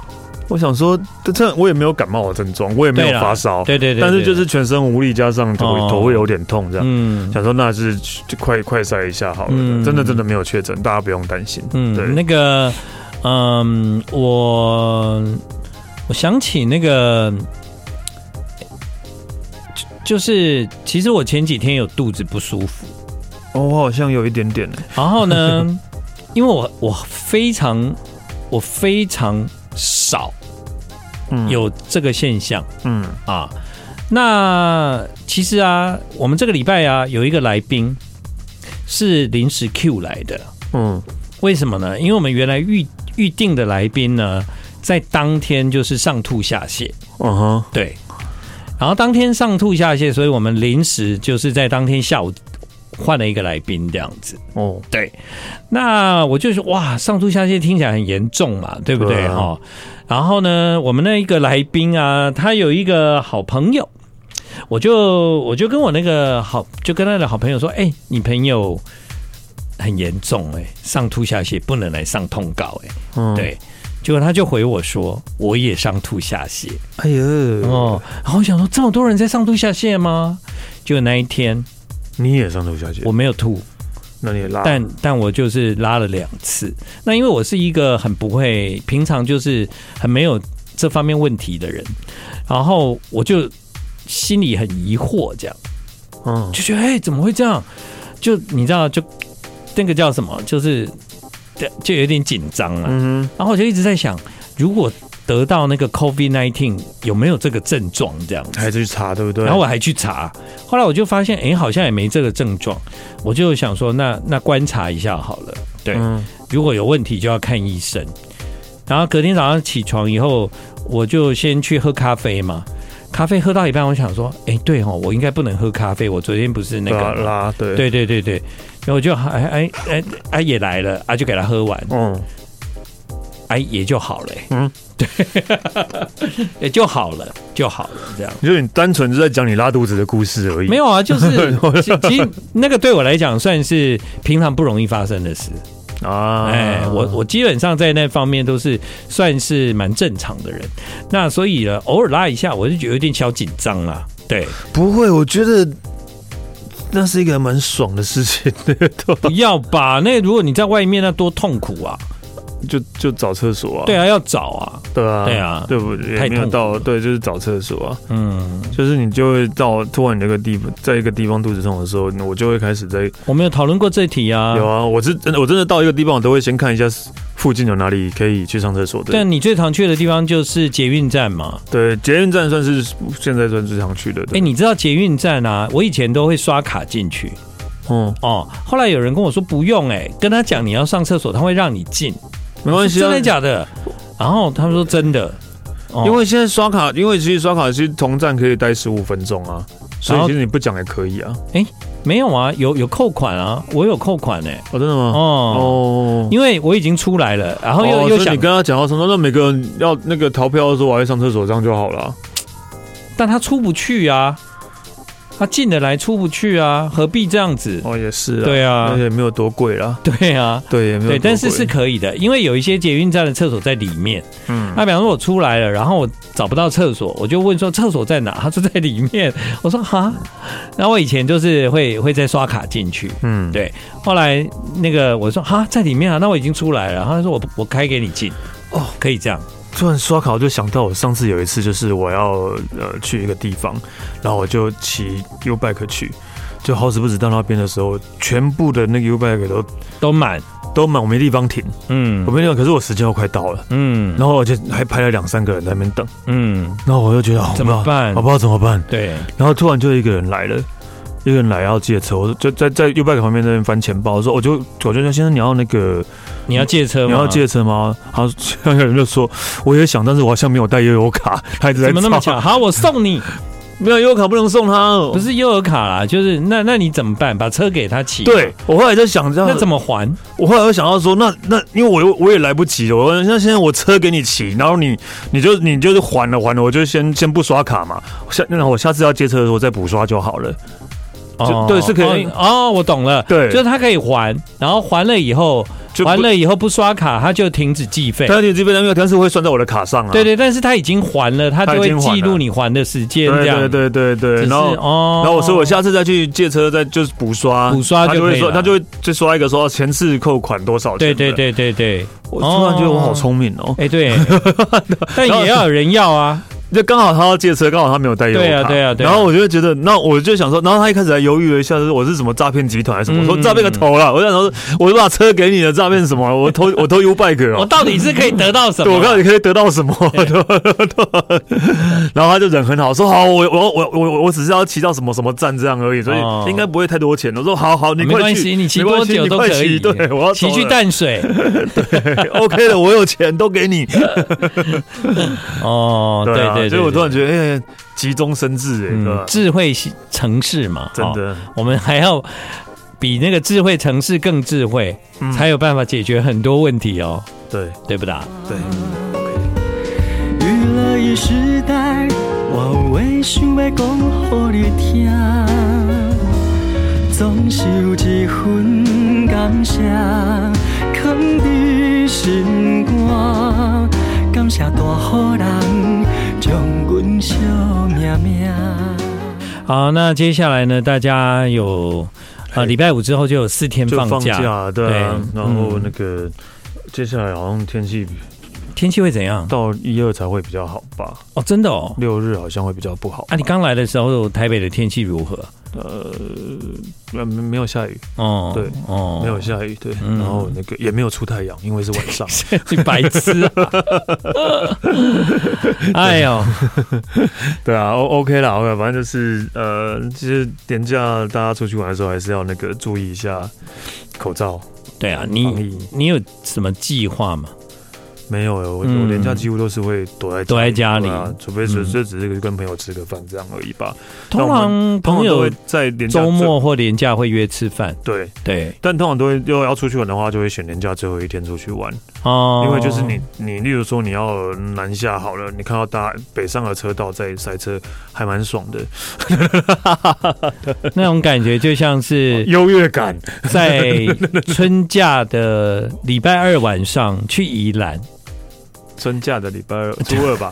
我想说，这这我也没有感冒的症状，我也没对有啦发烧，对对对但是就对是全身无力，加上头、哦头会有点痛这样。嗯想说那是就快快筛一下好了，嗯真的真的没有确诊，大家不用担心。对嗯，那个嗯，我我想起那个。就就是，其实我前几天有肚子不舒服，哦，我好像有一点点欸，然后呢， *laughs* 因为我我非常我非常少嗯，有这个现象嗯啊。那其实啊，我们这个礼拜啊有一个来宾是临时 Q 来的，嗯为什么呢？因为我们原来预预定的来宾呢，在当天就是上吐下泻，嗯哼，对。然后当天上吐下泻，所以我们临时就是在当天下午换了一个来宾这样子。哦，对，那我就是哇，上吐下泻听起来很严重嘛，对不对对啊哈、哦然后呢，我们那一个来宾啊，他有一个好朋友，我就我就跟我那个好，就跟他的好朋友说，哎、你朋友很严重哎、上吐下泻不能来上通告哎、嗯，，对。结果他就回我说：“我也上吐下泻哎呦，哦。”然后我想说，这么多人在上吐下泻吗？就那一天你也上吐下泻我，没有吐，那你也拉，但但我就是拉了两次。那因为我是一个很不会，平常就是很没有这方面问题的人，然后我就心里很疑惑，这样嗯，就觉得哎、怎么会这样？就你知道，就那个叫什么，就是对就有点紧张啊。嗯然后我就一直在想，如果得到那个 COVID nineteen 有没有这个症状这样子哼，？还是去查对不对？然后我还去查，后来我就发现，哎，好像也没这个症状，我就想说，那那观察一下好了。对，嗯如果有问题就要看医生。然后隔天早上起床以后，我就先去喝咖啡嘛。咖啡喝到一半，我想说，哎，对哦，我应该不能喝咖啡。我昨天不是那对啊个，拉，对，对对对对，然后我就哎哎哎哎也来了啊，就给他喝完，嗯，哎也就好了、嗯嗯，对， *laughs* 也就好了，就好了，这样。就是你单纯是在讲你拉肚子的故事而已，没，有啊，就是 *laughs* 其其实那个对我来讲算是平常不容易发生的事。啊，哎，我我基本上在那方面都是算是蛮正常的人。那所以呢，偶尔拉一下，我就觉得有点小紧张啦。对， *laughs* 不会，我觉得那是一个蛮爽的事情， *laughs* 不要吧？那如果你在外面，那多痛苦啊！就就找厕所啊，对啊，要找啊。对啊，对啊对不？太也没有痛苦到，了对，就是找厕所啊，嗯，就是你就会到突然你那个地方，在一个地方肚子痛的时候，我就会开始在我们有讨论过这题啊。有啊，我是真的，我真的到一个地方，我都会先看一下附近有哪里可以去上厕所的。但你最常去的地方就是捷运站嘛？对，捷运站算是现在算最常去的。哎、对，你知道捷运站啊？我以前都会刷卡进去嗯，哦。后来有人跟我说不用、哎，跟他讲你要上厕所，他会让你进。没关系啊，真的假的？然后他们说真的，哦因为现在刷卡，因为其实刷卡其实同站可以待十五分钟啊，所然以后其实你不讲也可以啊。没有啊，有有扣款啊，我有扣款哎、哦，真的吗？哦，哦，因为我已经出来了，然后又、哦又所以想你，跟他讲到什么？那每个人要那个逃票的时候，我要去上厕所，这样就好了啊。但他出不去啊，他进得来出不去啊，何必这样子？哦，也是啊，对啊而且也没有多贵啦，对啊，对，也没有多对，贵。但是是可以的，因为有一些捷运站的厕所在里面。啊嗯，那比方说我出来了，然后我找不到厕所，我就问说厕所在哪？他说在里面。 *laughs* 我说哈，那我以前就是会会再刷卡进去。嗯，对，后来那个我说哈在里面啊，那我已经出来了。他说我我开给你进，哦，可以这样，突然刷卡，我就想到我上次有一次，就是我要呃去一个地方，然后我就骑 U bike 去，就好死不死到那边的时候，全部的那个 U bike 都都满，都满，我没地方停，嗯我没地方，可是我时间要快到了，嗯然后我就还排了两三个人在那边等，嗯，然后我就觉得哦怎么我不知道办我不知道怎么办，对，然后突然就一个人来了。一个人来要借车，我就在在 U bike 旁边那边翻钱包，我说我就我就说先生你要那个你要借车吗？你要借车吗？ *laughs* 然后那个人就说我也想，但是我好像没有带悠游卡，他一直在怎么那么吵巧？好，我送你，没有悠游卡不能送他，哦不是悠游卡啦，就是那那你怎么办？把车给他骑，，对我后来在想这样，那怎么还？我后来又想到说，那那因为我又我也来不及了，我那现在我车给你骑，然后你你就你就是还了还了，我就先先不刷卡嘛，下那我下次要接车的时候再补刷就好了。就对是可以哦哦，我懂了，对就是他可以还，然后还了以后，就不还，了以后不刷卡，他就停止计费。他点这边没有，但是会算在我的卡上啊。对对，但是他已经还了，他就他已会经还了记录你还的时间，这对样对对对只对，是然后。哦，然后我说我下次再去借车，再就是补刷，补刷他就就可以会说，了他就会就刷一个说哎前次扣款多少对钱。对，对对对，我突然觉得我好聪明哦！哎 *laughs* 对，但也要有人要啊，就刚好他要借车，刚好他没有带油卡，对啊对啊对啊然后我就会觉得，那我就想说，然后他一开始还犹豫了一下，就是我是什么诈骗集团还是什么？嗯我说诈骗个头啦！我想说，我把车给你的诈骗什么？我偷我偷 U bike 我哦。到底是可以得到什 *laughs* 对，么？我看你可以得到什么，对对然后他就人很好，说好，我我我我我只是要骑到什么什么站这样而已，所哦啊以应该不会太多钱。我说好好，你没快关去，系，你骑没关多系久你都快可骑以。对，我要骑走去了淡水 *laughs* OK 的，我有钱都给你。 *laughs* 哦，对啊啊对，所对以我突然对觉得，哎，急中生智，哎，对吧嗯，？智慧系城市嘛，真哦，的。我们还要比那个智慧城市更智慧，嗯才有办法解决很多问题哦，对对不啦？对，娱乐一时代，我有话想要讲予你听，总是有一份感谢，藏在心肝，感谢大好人将阮惜命命。好，那接下来呢，大家有啊，礼拜五之后就有四天就放放假，假，对啊对，然后嗯那个。接下来好像天气天气会怎样？到一二才会比较好吧，哦，真的哦。六日好像会比较不好啊，。你刚来的时候，台北的天气如何？呃，没没有下雨，哦，对，哦，没有，下雨，对。嗯然后那个也没有出太阳，因为是晚 *laughs* 上。 *laughs* 你白痴啊！啊 *laughs* 哎呦，对啊，O OK 啦，OK，反正就是呃，其实年假大家出去玩的时候还是要那个注意一下口罩对啊，防你疫。你有什么计划吗？没有、欸，我、我嗯廉价几乎都是会躲在躲在家里对啊，除非是嗯这只是跟朋友吃个饭这样而已吧。那通我常们朋通常都友会在廉价周末或年假会约吃饭，最对，对但通常都会又要出去玩的话，就会选廉价最后一天出去玩，哦，因为就是你你例如说你要南下好了，你看到大北上的车道在塞车，还蛮爽的，那种感觉，就像 *laughs* 是优越感在春假的礼拜二晚上去宜兰，春假的礼拜二、初二 *laughs* 吧，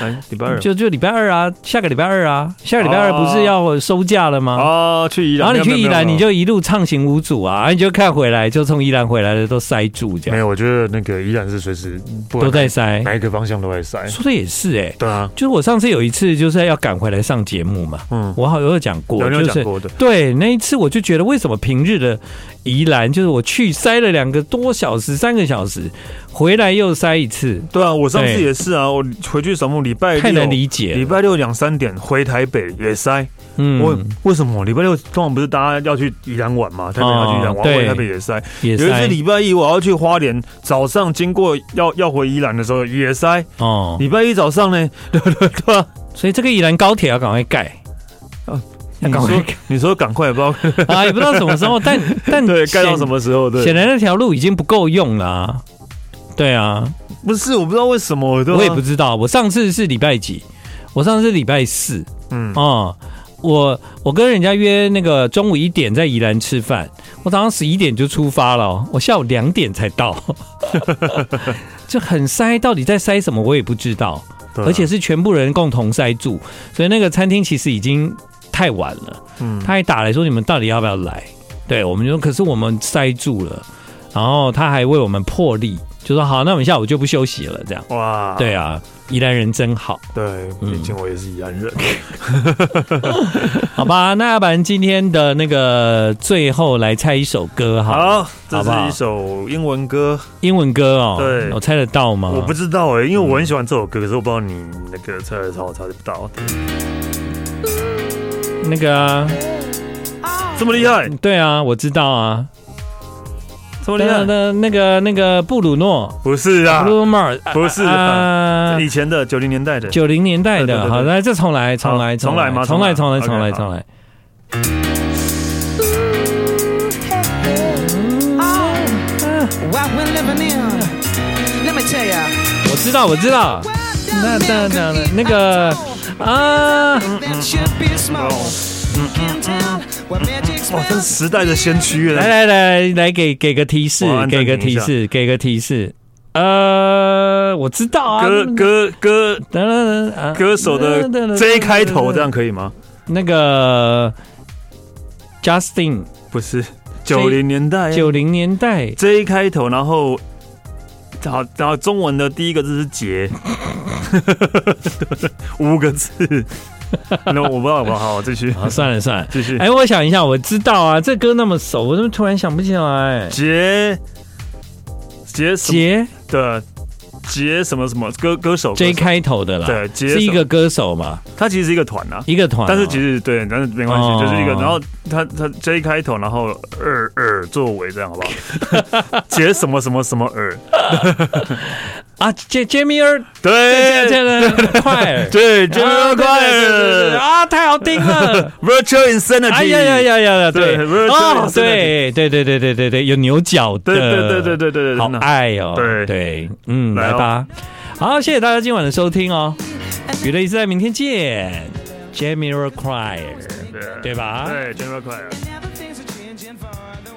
哎，礼拜二就就礼拜二啊，下个礼拜二啊，下个礼拜二不是要收假了吗？啊，去宜然兰，后你没有去宜兰，没有你就一路畅行无阻啊，你就看回来，就从宜兰回来的都塞住这没样，有，我觉得那个宜兰是随时不都管在塞。哪一个方向都在塞，说的也是哎、对啊，就是我上次有一次就是要赶回来上节目嘛，嗯，我好像有讲过，有没有就讲是过的？对那一次我就觉得为什么平日的宜兰就是我去塞了两个多小时、三个小时，回来又塞一次，对啊，我上次对也是啊，我回去扫墓礼拜六太难理解礼了。拜六两三点回台北也塞，嗯我为什么礼拜六通常不是大家要去宜兰玩嘛？台北要去宜兰哦玩，我对也台北也塞。也有一次塞礼拜一我要去花莲，早上经过要要回宜兰的时候也塞。哦，礼拜一早上呢， *laughs* 对对对啊，所以这个宜兰高铁要赶快盖，要你赶快说盖你说赶快不知道啊，也不知道什么时候， *laughs* 但但对盖到显什么时候？对显，然那条路已经不够用了、啊。对啊，不是我不知道为什么，对啊我也不知道。我上次是礼拜几？我上次是礼拜四嗯哦。我我跟人家约那个中午一点在宜兰吃饭，我早上十一点就出发了哦，我下午两点才到， *laughs* 就很塞。到底在塞什么，我也不知道。对啊而且是全部人共同塞住，所以那个餐厅其实已经太晚了。嗯他还打来说你们到底要不要来？对我们就说可是我们塞住了，然后他还为我们破例，就说好，那我们下午就不休息了，这样。哇，对嗯啊，宜兰人真好，对，毕竟我也是宜兰人。 *laughs* 好吧？那要不然今天的那个最后来猜一首歌好了，好，这好不是好一首英文歌，英文歌哦。对我猜得到吗？我不知道哎、因嗯为我很喜欢这首歌，可是我不知道你那个猜得到猜不到，嗯那个啊，这么厉害，对啊，我知道啊。这么厉那害，那那个那个布鲁诺不是啊， ，Blue Mars，不是啊以前的九零年代的，九零年代对对对的，对好，来再重来，重来，好重来吗重来，重来，重重来，来重来。 What we're living in. Let me tell ya. 我知道，我知道，那那那那个啊，嗯 That should be small. In town, where magic 哇，这是 spells. 时代的先驱来了。来来来，给给个提示我按，暂给个停提示，给个提示。呃，我知道啊，歌歌歌等等等啊歌手的等等 J 开头，这样可以吗？那个 Justin 不是，九零年代啊九零年代 J 开头，然后好，然后中文的第一个字是杰，五个字。那我不知道，我好，继续啊，算了算了，继续。哎，我想一下，我知道啊，这歌那么熟，我怎么突然想不起来？杰杰什么杰的杰什么什么歌歌手 J 歌手开头的啦，对杰是一什个歌手嘛，他其实是一个团啊，一个团哦、但是其实对，但是没关哦系，就是一个，然后他他 J 开头，然后二二作为这样好不好？杰什么什么什么尔，啊，杰杰米尔，对这这这快尔，对，杰啊克对快对对对对尔啊，太好听了。 ，Virtual Insanity，哎呀呀，呀呀呀！对对不是哦，这对对对对对对对，有牛角的，对对对对对对对，好真的爱哦，对对，嗯，来来哦吧，好，谢谢大家今晚的收听哦，娱乐一次在明天见，Jamie r o c r y 对对吧？哎啊对，General 快尔。啊 Now the things are changing for the